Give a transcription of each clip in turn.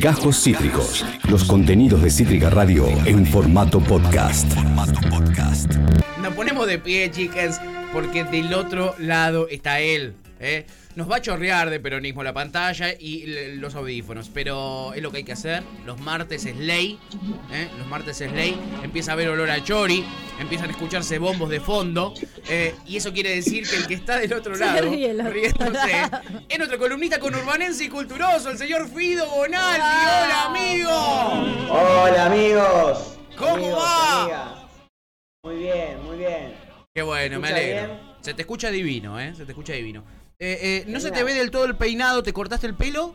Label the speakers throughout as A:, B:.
A: Gajos Cítricos. Los contenidos de Cítrica Radio en formato podcast.
B: Nos ponemos de pie, chicas, porque del otro lado está él. ¿eh? Nos va a chorrear de peronismo la pantalla y l- los audífonos, pero es lo que hay que hacer. Los martes es ley. ¿eh? Los martes es ley. Empieza a haber olor a chori, empiezan a escucharse bombos de fondo. eh, y eso quiere decir que el que está del otro
C: Se
B: lado,
C: ríe el otro.
B: riéndose, es nuestro columnista con urbanense y culturoso, el señor Fido Bonaldi. ¡Hola,
C: Ah.
B: amigo!
D: Hola amigos.
B: ¿Cómo
D: Amigos,
B: va?
D: amigas. Muy bien, muy bien.
B: Qué bueno, me
D: escucha
B: alegro.
D: bien?
B: Se te escucha divino, ¿eh? Se te escucha divino. Eh, eh, ¿No se te
D: Genial.
B: ve del todo el peinado? ¿Te cortaste el pelo?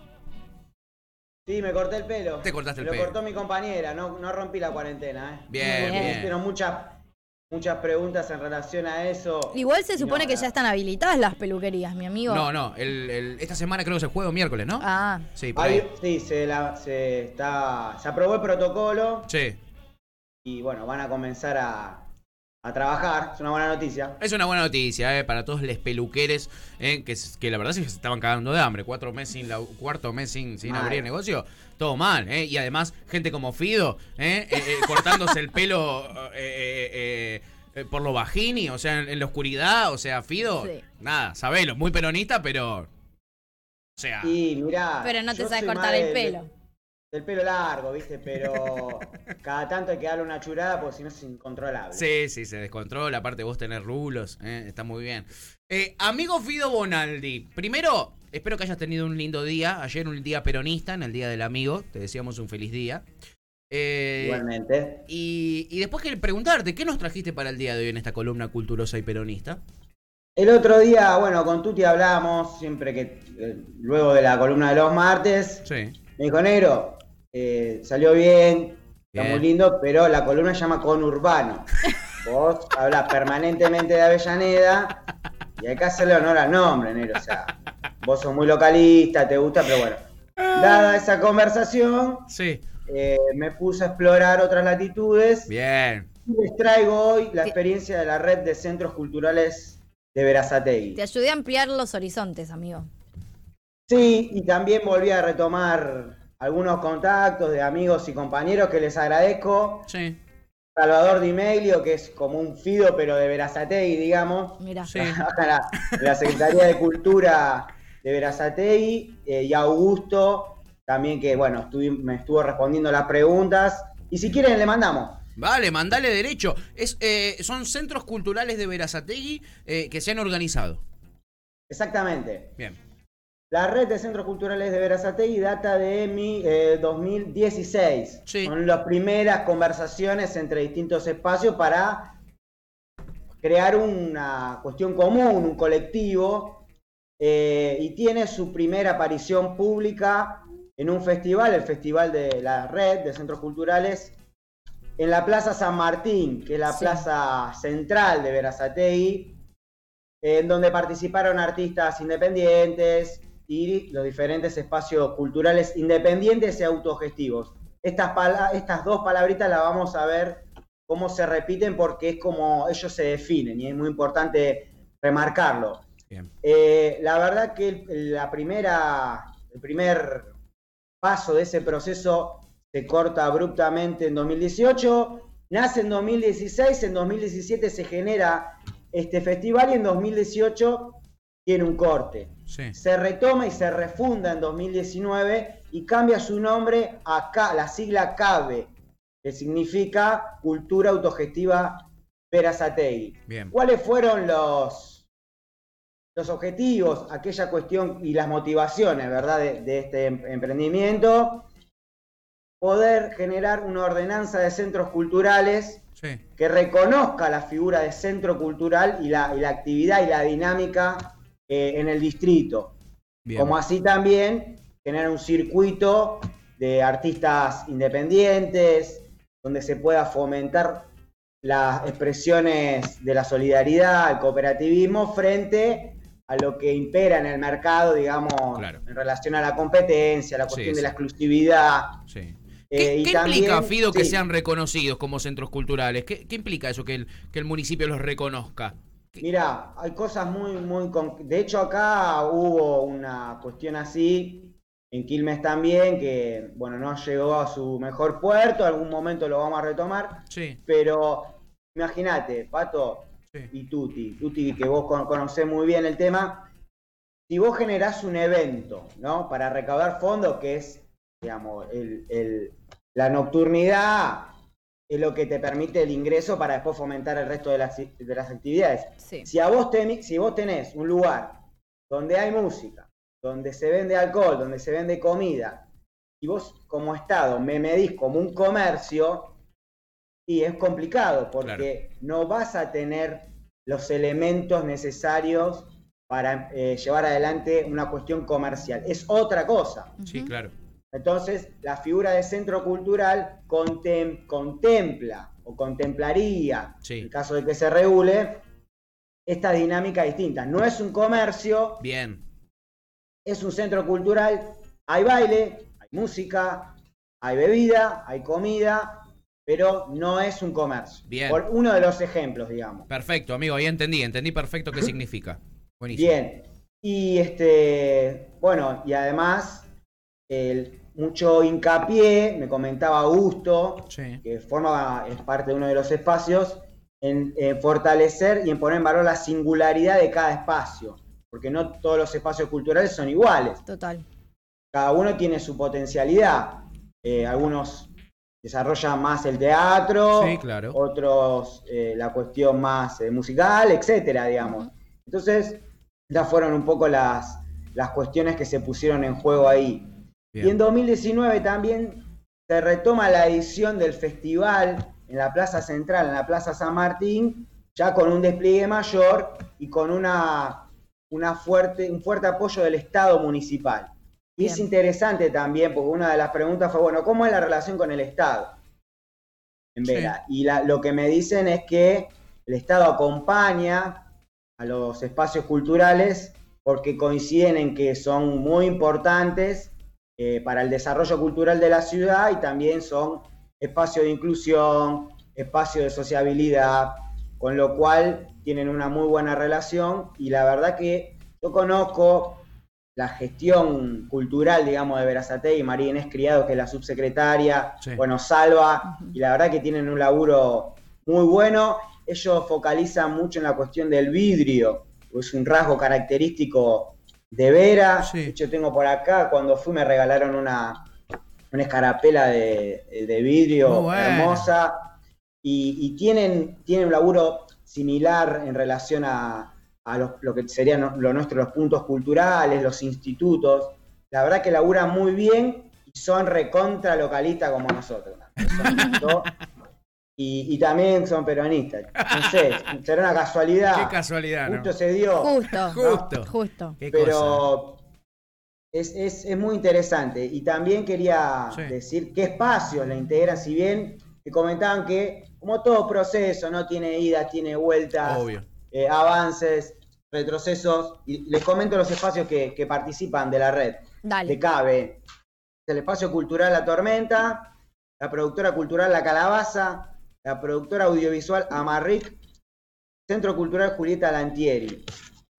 D: Sí, me corté el pelo.
B: Te cortaste el
D: Me
B: pelo.
D: Lo cortó mi compañera, no, no rompí la cuarentena, eh.
B: Bien,
C: Muy bien.
D: Me
B: bien.
D: hicieron muchas, muchas preguntas en relación a eso.
C: Igual se
D: Y
C: supone
D: no,
C: que
D: la-
C: ya están habilitadas las peluquerías, mi amigo.
B: No, no. el- el- esta semana creo que es el juego miércoles, ¿no?
C: Ah,
B: Sí, por ahí.
D: Ahí- sí, se, la- se está, se aprobó el protocolo
B: Sí.
D: y bueno, van a comenzar a, a trabajar. Es una buena noticia.
B: Es una buena noticia, ¿eh? Para todos los peluqueres, ¿eh? que, s- que la verdad es que se estaban cagando de hambre. Cuatro meses sin lau- cuarto mes sin, sin
D: Mal.
B: abrir el negocio. Todo mal, ¿eh? Y además, gente como Fido, ¿eh? Eh, eh, cortándose el pelo eh, eh, eh, eh, por lo bajini, o sea, en, en la oscuridad. O sea, Fido,
C: Sí.
B: nada, sabelo, muy peronista, pero. O sea.
D: Y mirá.
C: pero no te
D: Ah, yo
C: sabes
D: soy
C: cortar
D: más
C: el
D: del-
C: pelo.
D: Del pelo largo, viste, pero cada tanto hay que darle una churada porque si no es incontrolable.
B: Sí, sí, se descontrola. Aparte, vos tenés rulos. eh, está muy bien. Eh, amigo Fido Bonaldi, primero, espero que hayas tenido un lindo día. Ayer un día peronista, en el Día del Amigo. Te deseamos un feliz día. Eh,
D: Igualmente.
B: y, y después que preguntarte, ¿qué nos trajiste para el día de hoy en esta columna culturosa y peronista?
D: El otro día, bueno, con Tuti hablamos, siempre que eh, luego de la columna de los martes,
B: Sí.
D: me dijo, negro, eh, salió bien, está
B: Bien.
D: muy lindo, pero la columna se llama Conurbano. Vos hablas permanentemente de Avellaneda y hay que hacerle honor al nombre, negro. O sea, vos sos muy localista, te gusta, pero bueno. Dada esa conversación,
B: Sí.
D: eh, me puse a explorar otras latitudes.
B: Bien.
D: Y les traigo hoy la
C: Te-
D: experiencia de la red de centros culturales de Verazategui.
C: Te ayudé a ampliar los horizontes, amigo.
D: Sí, y también volví a retomar algunos contactos de amigos y compañeros que les agradezco.
B: Sí.
D: Salvador Di Meglio, que es como un fido, pero de Verazategui, digamos.
C: Mira.
B: Sí.
D: Trabaja en la, en la Secretaría de Cultura de Verazategui. eh, y Augusto, también que, bueno, estuvi- me estuvo respondiendo las preguntas. Y si quieren, le mandamos.
B: Vale, mandale derecho. Es, eh, son centros culturales de Verazategui eh, que se han organizado.
D: Exactamente.
B: Bien.
D: La red de centros culturales de Verazategui data de mi, eh, 2016.
B: Sí.
D: Son las primeras conversaciones entre distintos espacios para crear una cuestión común, un colectivo, eh, y tiene su primera aparición pública en un festival, el Festival de la Red de Centros Culturales, en la Plaza San Martín, que es la
C: Sí.
D: plaza central de Verazategui, en donde participaron artistas independientes y los diferentes espacios culturales independientes y autogestivos. Estas, pala- estas dos palabritas las vamos a ver cómo se repiten porque es como ellos se definen y es muy importante remarcarlo.
B: Bien.
D: Eh, la verdad que el- la primera, el primer paso de ese proceso se corta abruptamente en 2018, nace en 2016, en 2017 se genera este festival y en 2018 tiene un corte.
B: Sí.
D: Se retoma y se refunda en 2019 y cambia su nombre a Ca- la sigla CABE, que significa Cultura Autogestiva Verazategui.
B: Bien.
D: ¿Cuáles fueron los, los objetivos, aquella cuestión y las motivaciones, verdad, de, de este em- emprendimiento? Poder generar una ordenanza de centros culturales
B: Sí.
D: que reconozca la figura de centro cultural y la, y la actividad y la dinámica eh, en el distrito.
B: Bien.
D: Como así también generar un circuito de artistas independientes, donde se pueda fomentar las expresiones de la solidaridad, el cooperativismo, frente a lo que impera en el mercado, digamos,
B: Claro.
D: en relación a la competencia, la
B: Sí,
D: cuestión
B: sí.
D: de la exclusividad.
B: Sí.
D: eh,
B: ¿Qué,
D: y
B: qué
D: también-
B: implica, Fido, que
D: sí.
B: sean reconocidos como centros culturales? ¿Qué, qué implica eso, que el, que el municipio los reconozca?
D: Mira, hay cosas muy, muy... conc- De hecho, acá hubo una cuestión así en Quilmes también, que bueno, no llegó a su mejor puerto, algún momento lo vamos a retomar,
B: Sí,
D: pero imagínate, Pato
B: Sí.
D: y Tuti, Tuti que vos con- conocés muy bien el tema, si vos generás un evento, ¿no? Para recaudar fondos, que es, digamos, el- el- la nocturnidad es lo que te permite el ingreso para después fomentar el resto de las, de las actividades.
C: Sí.
D: Si, a vos temi- si vos tenés un lugar donde hay música, donde se vende alcohol, donde se vende comida, y vos como Estado me medís como un comercio, y es complicado porque no vas a tener los elementos necesarios para eh, llevar adelante una cuestión comercial. Es otra cosa.
B: sí,
C: Ujú.
B: claro.
D: Entonces, la figura de centro cultural contem- contempla o contemplaría,
B: Sí.
D: en caso de que se regule, esta dinámica distinta. No es un comercio,
B: Bien.
D: es un centro cultural, hay baile, hay música, hay bebida, hay comida, pero no es un comercio.
B: Bien.
D: Por uno de los ejemplos, digamos.
B: Perfecto, amigo, ahí entendí, entendí perfecto qué significa. Buenísimo.
D: Bien. Y este, bueno, y además, el, mucho hincapié, me comentaba Augusto,
B: Sí.
D: que forma es parte de uno de los espacios, en, en fortalecer y en poner en valor la singularidad de cada espacio, porque no todos los espacios culturales son iguales,
C: Total.
D: cada uno tiene su potencialidad, Eh, algunos desarrollan más el teatro,
B: Sí, claro.
D: otros eh, la cuestión más eh, musical, etcétera, digamos. Entonces, ya fueron un poco las, las cuestiones que se pusieron en juego ahí. Y en
B: Bien.
D: 2019 también se retoma la edición del festival en la Plaza Central, en la Plaza San Martín, ya con un despliegue mayor y con una, una fuerte, un fuerte apoyo del Estado municipal. Y es
C: Bien.
D: interesante también, porque una de las preguntas fue, bueno, ¿cómo es la relación con el Estado? En
B: Sí.
D: Vera. Y la- lo que me dicen es que el Estado acompaña a los espacios culturales porque coinciden en que son muy importantes eh, para el desarrollo cultural de la ciudad y también son espacio de inclusión, espacio de sociabilidad, con lo cual tienen una muy buena relación y la verdad que yo conozco la gestión cultural, digamos, de Verazate y María Inés Criado, que es la subsecretaria,
B: Sí.
D: bueno, Salva,
C: Ujú.
D: y la verdad que tienen un laburo muy bueno. Ellos focalizan mucho en la cuestión del vidrio, que es un rasgo característico de Vera.
B: Sí.
D: De hecho, tengo por acá, cuando fui me regalaron una, una escarapela de, de vidrio
B: Muy bueno.
D: hermosa. Y, y tienen, tienen un laburo similar en relación a, a los- lo que serían lo- lo nuestro, los puntos culturales, los institutos. La verdad que laburan muy bien y son recontra localistas como nosotros. Eso me encantó. Y, y también son peronistas. No sé, será una
B: Qué
D: casualidad.
B: casualidad, ¿no?
D: Justo se dio.
C: Justo.
B: Justo.
C: Justo.
B: Qué cosa.
D: Pero es, es- es muy interesante. Y también quería
B: Sí.
D: decir qué espacios la integran, si bien me comentaban que, como todo proceso, no tiene idas, tiene vueltas,
B: Obvio.
D: eh, avances, retrocesos. Y les comento los espacios que, que participan de la red. Le
C: Dale.
D: cabe el espacio cultural La Tormenta, la productora cultural La Calabaza, la productora audiovisual Amarric, Centro Cultural Julieta Lantieri.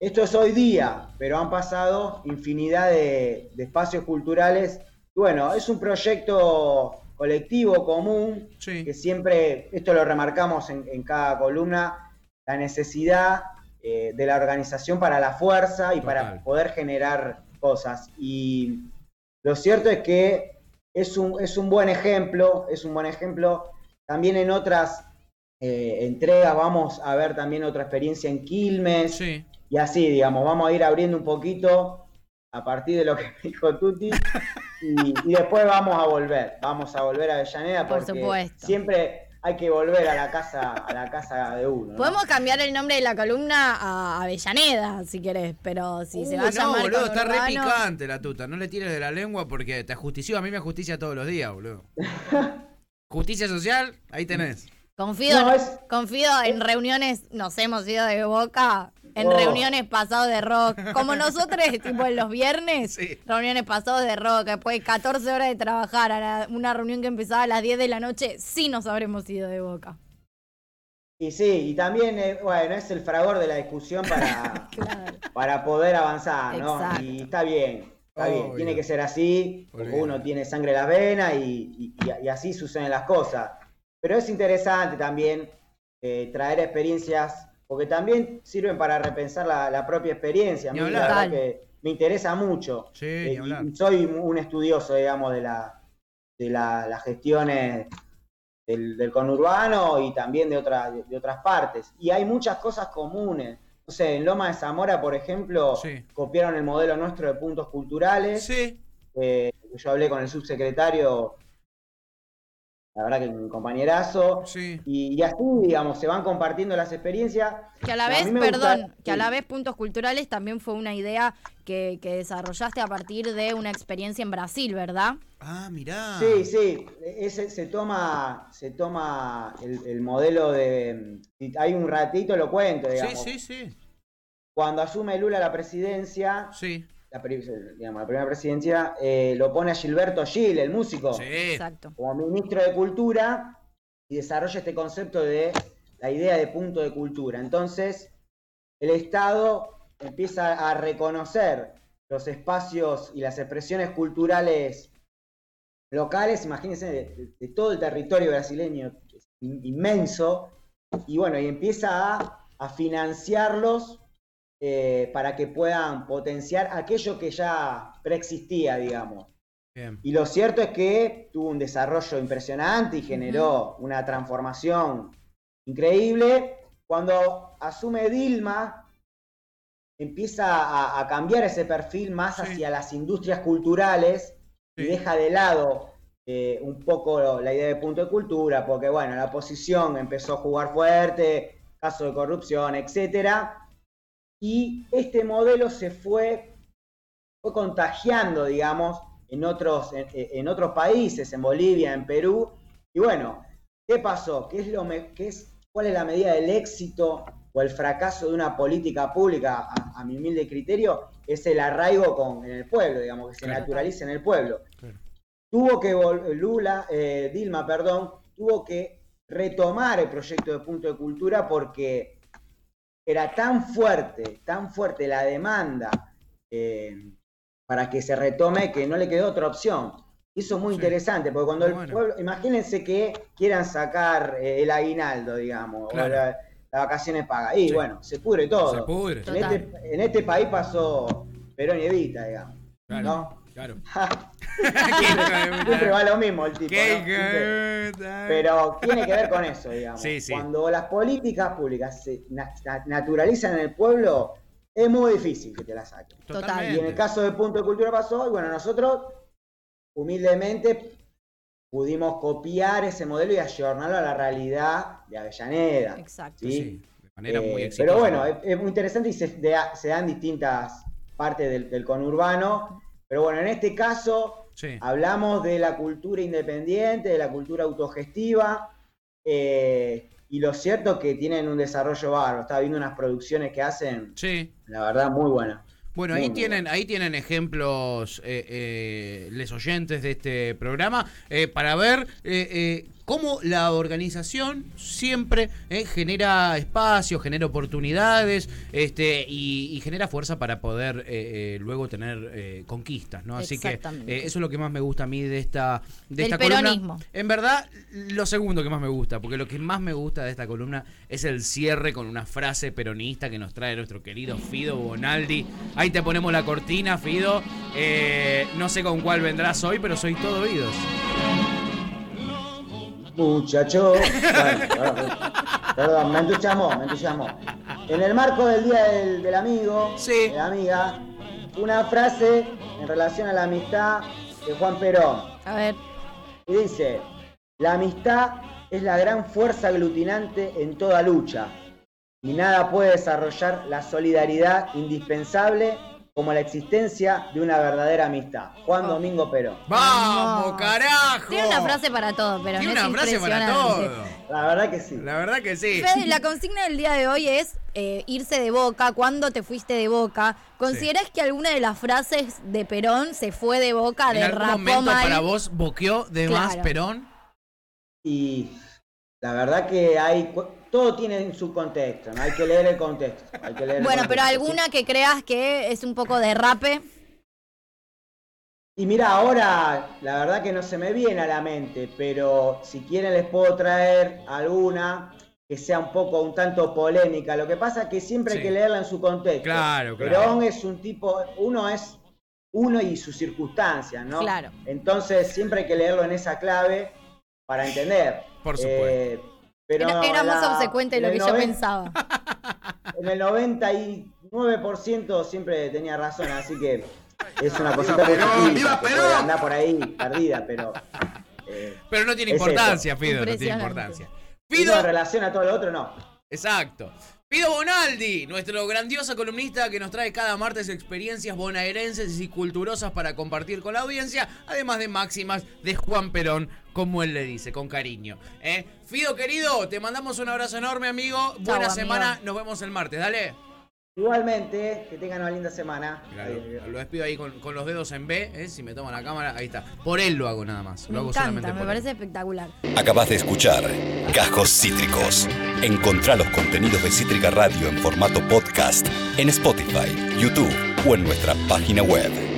D: Esto es hoy día, pero han pasado infinidad de, de espacios culturales. Y Bueno, es un proyecto colectivo, común,
B: Sí.
D: que siempre, esto lo remarcamos en, en cada columna, la necesidad eh, de la organización para la fuerza y
B: Total.
D: para poder generar cosas. Y lo cierto es que es un, es un buen ejemplo, es un buen ejemplo. También en otras eh, entregas vamos a ver también otra experiencia en Quilmes
B: Sí.
D: y así, digamos, vamos a ir abriendo un poquito a partir de lo que dijo Tuti y, y después vamos a volver, vamos a volver a Avellaneda
C: Por
D: porque
C: supuesto.
D: siempre hay que volver a la casa, a la casa de uno. ¿no?
C: Podemos cambiar el nombre de la columna a Avellaneda, si querés, pero si se
B: Uh,
C: va
B: no,
C: a llamar
B: boludo, está re
C: Conurbano-
B: picante la tuta. No le tires de la lengua porque te ajustició. A mí me justicia todos los días, boludo. Justicia social, ahí tenés.
C: Confío,
D: No, es-
C: confío en reuniones, nos hemos ido de boca, en
D: Oh.
C: reuniones pasados de rock, como nosotros, tipo en los viernes,
B: Sí.
C: reuniones pasados de rock, después de 14 horas de trabajar, a la- una reunión que empezaba a las 10 de la noche, sí nos habremos ido de boca.
D: Y sí, y también, eh, bueno, es el fragor de la discusión para,
C: Claro.
D: para poder avanzar, ¿no?
C: Exacto.
D: Y está bien. Está bien,
E: Obvio.
D: tiene que ser así, porque
E: Olvidate.
D: uno tiene sangre en las venas y, y- y- y así suceden las cosas. Pero es interesante también eh, traer experiencias, porque también sirven para repensar la, la propia experiencia. A mí
B: Ni
D: la
B: hablar.
D: verdad
C: Total.
D: que me interesa mucho.
E: Sí,
D: Eh,
E: ni
D: y-
E: hablar.
D: y soy un estudioso, digamos, de, la, de la- las gestiones del, del conurbano y también de, otra- de otras partes. Y hay muchas cosas comunes. No sé, en Loma de Zamora, por ejemplo,
E: Sí.
D: copiaron el modelo nuestro de puntos culturales.
E: Sí,
D: Eh, yo hablé con el subsecretario, la verdad que un compañerazo.
E: sí.
D: Y, y así, digamos, se van compartiendo las experiencias.
C: Que a la
D: A
C: vez,
D: mí me gusta-
C: perdón, que a la vez Puntos Culturales también fue una idea que, que desarrollaste a partir de una experiencia en Brasil, ¿verdad?
E: Ah, mirá.
D: Sí, sí, ese se toma, se toma el, el modelo de. si Hay un ratito, lo cuento,
E: Sí,
D: digamos.
E: sí, sí.
D: Cuando asume Lula la presidencia,
E: Sí,
D: la, pri- digamos, la primera presidencia, eh, lo pone a Gilberto Gil, el músico,
E: sí.
C: Exacto.
D: como ministro de Cultura, y desarrolla este concepto de la idea de punto de cultura. Entonces, el Estado empieza a reconocer los espacios y las expresiones culturales locales, imagínense, de, de todo el territorio brasileño, que es in- inmenso, y bueno, y empieza a, a financiarlos eh, para que puedan potenciar aquello que ya preexistía, digamos.
E: Bien.
D: Y lo cierto es que tuvo un desarrollo impresionante y generó una transformación increíble. Cuando asume Dilma, empieza a, a cambiar ese perfil más
E: Sí.
D: hacia las industrias culturales y
E: Sí.
D: deja de lado eh, un poco la idea de punto de cultura, porque bueno, la oposición empezó a jugar fuerte, caso de corrupción, etcétera. Y este modelo se fue fue contagiando, digamos, en otros, en, en otros países, en Bolivia, en Perú. Y bueno, ¿qué pasó? ¿Qué es lo me- qué es, ¿Cuál es la medida del éxito o el fracaso de una política pública, a, a mi humilde criterio? Es el arraigo con, en el pueblo, digamos, que se
E: Claro.
D: naturalice en el pueblo.
E: Claro.
D: Tuvo que vol- Lula, eh, Dilma, perdón, tuvo que retomar el proyecto de punto de cultura porque era tan fuerte, tan fuerte la demanda eh, para que se retome que no le quedó otra opción. Y eso es muy
E: Sí.
D: interesante, porque cuando el
E: Bueno.
D: pueblo, imagínense que quieran sacar eh, el aguinaldo, digamos,
E: Claro.
D: o la, las vacaciones pagas. Y
E: Sí.
D: bueno, se pudre todo.
E: Se pudre.
D: En, este, en este país pasó Perón y Evita, digamos.
E: Claro.
D: ¿no?
E: Claro. ¿eh?
D: Siempre va lo mismo el tipo.
E: Qué
D: ¿no?
E: hijo
D: Siempre.
E: de puta.
D: Pero tiene que ver con eso, digamos.
B: Sí, sí.
D: Cuando las políticas públicas se na- na- naturalizan en el pueblo, es muy difícil que te las saquen.
C: Total.
D: Y en el caso de Punto de Cultura pasó, y bueno, nosotros humildemente pudimos copiar ese modelo y ayornarlo a la realidad de Avellaneda.
C: Exacto.
D: Sí.
E: Sí, de manera
D: Eh,
E: muy exitosa.
D: pero bueno, es, es muy interesante y se, de- se dan distintas partes del, del conurbano. Pero bueno, en este caso
E: Sí.
D: hablamos de la cultura independiente, de la cultura autogestiva, eh, y lo cierto que tienen un desarrollo bárbaro. Estaba viendo unas producciones que hacen,
E: Sí.
D: la verdad, muy buenas.
B: Bueno,
D: Muy
B: ahí
D: bueno.
B: tienen, ahí tienen ejemplos eh, eh, les oyentes de este programa eh, para ver eh, eh, cómo la organización siempre eh, genera espacios, genera oportunidades este, y, y genera fuerza para poder eh, eh, luego tener eh, conquistas, ¿no? Así que
C: Exactamente.
B: eh, eso es lo que más me gusta a mí de esta, de
C: Del
B: esta columna.
C: peronismo.
B: En verdad, lo segundo que más me gusta, porque lo que más me gusta de esta columna es el cierre con una frase peronista que nos trae nuestro querido Fido Bonaldi. Ahí te ponemos la cortina, Fido. Eh, no sé con cuál vendrás hoy, pero soy todo oídos.
D: Muchacho. Bueno, perdón, perdón, me entusiasmó, me entusiasmó. En el marco del Día del, del Amigo,
B: Sí.
D: de la amiga, una frase en relación a la amistad de Juan Perón.
C: A ver,
D: Y dice, la amistad es la gran fuerza aglutinante en toda lucha. Y nada puede desarrollar la solidaridad indispensable como la existencia de una verdadera amistad.
B: Ah.
D: Juan Domingo Perón.
B: ¡Vamos, carajo!
C: tiene una frase para todo, pero
B: Oh. Tiene
C: no es
B: una frase para
C: impresionante.
B: todo.
D: La verdad que sí.
B: La verdad que sí.
C: Fede, la consigna del día de hoy es eh, irse de boca. ¿Cuándo te fuiste de boca? ¿Consideras que alguna de las frases de Perón se fue de boca,
B: En algún
C: derrapó
B: momento
C: mal?
B: para vos boqueó de más
C: Claro.
B: Perón.
D: Y la verdad que hay cu- todo tiene su contexto, ¿no? Hay que leer el contexto. hay que leer el
C: Bueno, pero
D: contexto,
C: alguna que creas que es un poco derrape.
D: Y mira, ahora la verdad que no se me viene a la mente, pero si quieren les puedo traer alguna que sea un poco, un tanto polémica. Lo que pasa es que siempre
B: Sí.
D: hay que leerla en su contexto.
B: Claro, claro.
D: Perón es un tipo, uno es uno y sus circunstancias, ¿no?
C: Claro.
D: Entonces siempre hay que leerlo en esa clave para entender.
B: Por supuesto.
D: Eh, pero
C: Era, era más
D: la-
C: obsecuente de lo
D: en
C: que
D: el
C: yo
D: 90
C: pensaba.
D: En el 99% siempre tenía razón, así que es una
E: Viva
D: cosita muy
E: Perón,
D: chiquita
E: viva
D: que puede
E: Perón.
D: andar por ahí perdida, pero eh,
B: Pero no tiene
D: Es eso.
B: importancia, Fido, no tiene
C: Impresionante.
B: importancia.
D: Pido...
B: Fido,
D: en relación a todo lo otro, no.
B: exacto. Fido Bonaldi, nuestro grandioso columnista que nos trae cada martes experiencias bonaerenses y culturosas para compartir con la audiencia, además de máximas de Juan Perón, como él le dice, con cariño. ¿eh? Fido, querido, te mandamos un abrazo enorme, amigo. Buena
C: amigo.
B: semana, nos vemos el martes, dale.
D: Igualmente, que tengan una linda semana.
B: Mirá,
D: Adiós,
B: lo,
D: adiós.
B: lo despido ahí con, con los dedos en B, ¿eh? si me toman la cámara, ahí está. Por él lo hago nada más. Lo
C: Me
B: hago
C: encanta,
B: solamente
C: me
B: por él.
C: parece espectacular.
A: Acabas de escuchar Cajos Cítricos. Encontrá los contenidos de Cítrica Radio en formato podcast en Spotify, YouTube o en nuestra página web.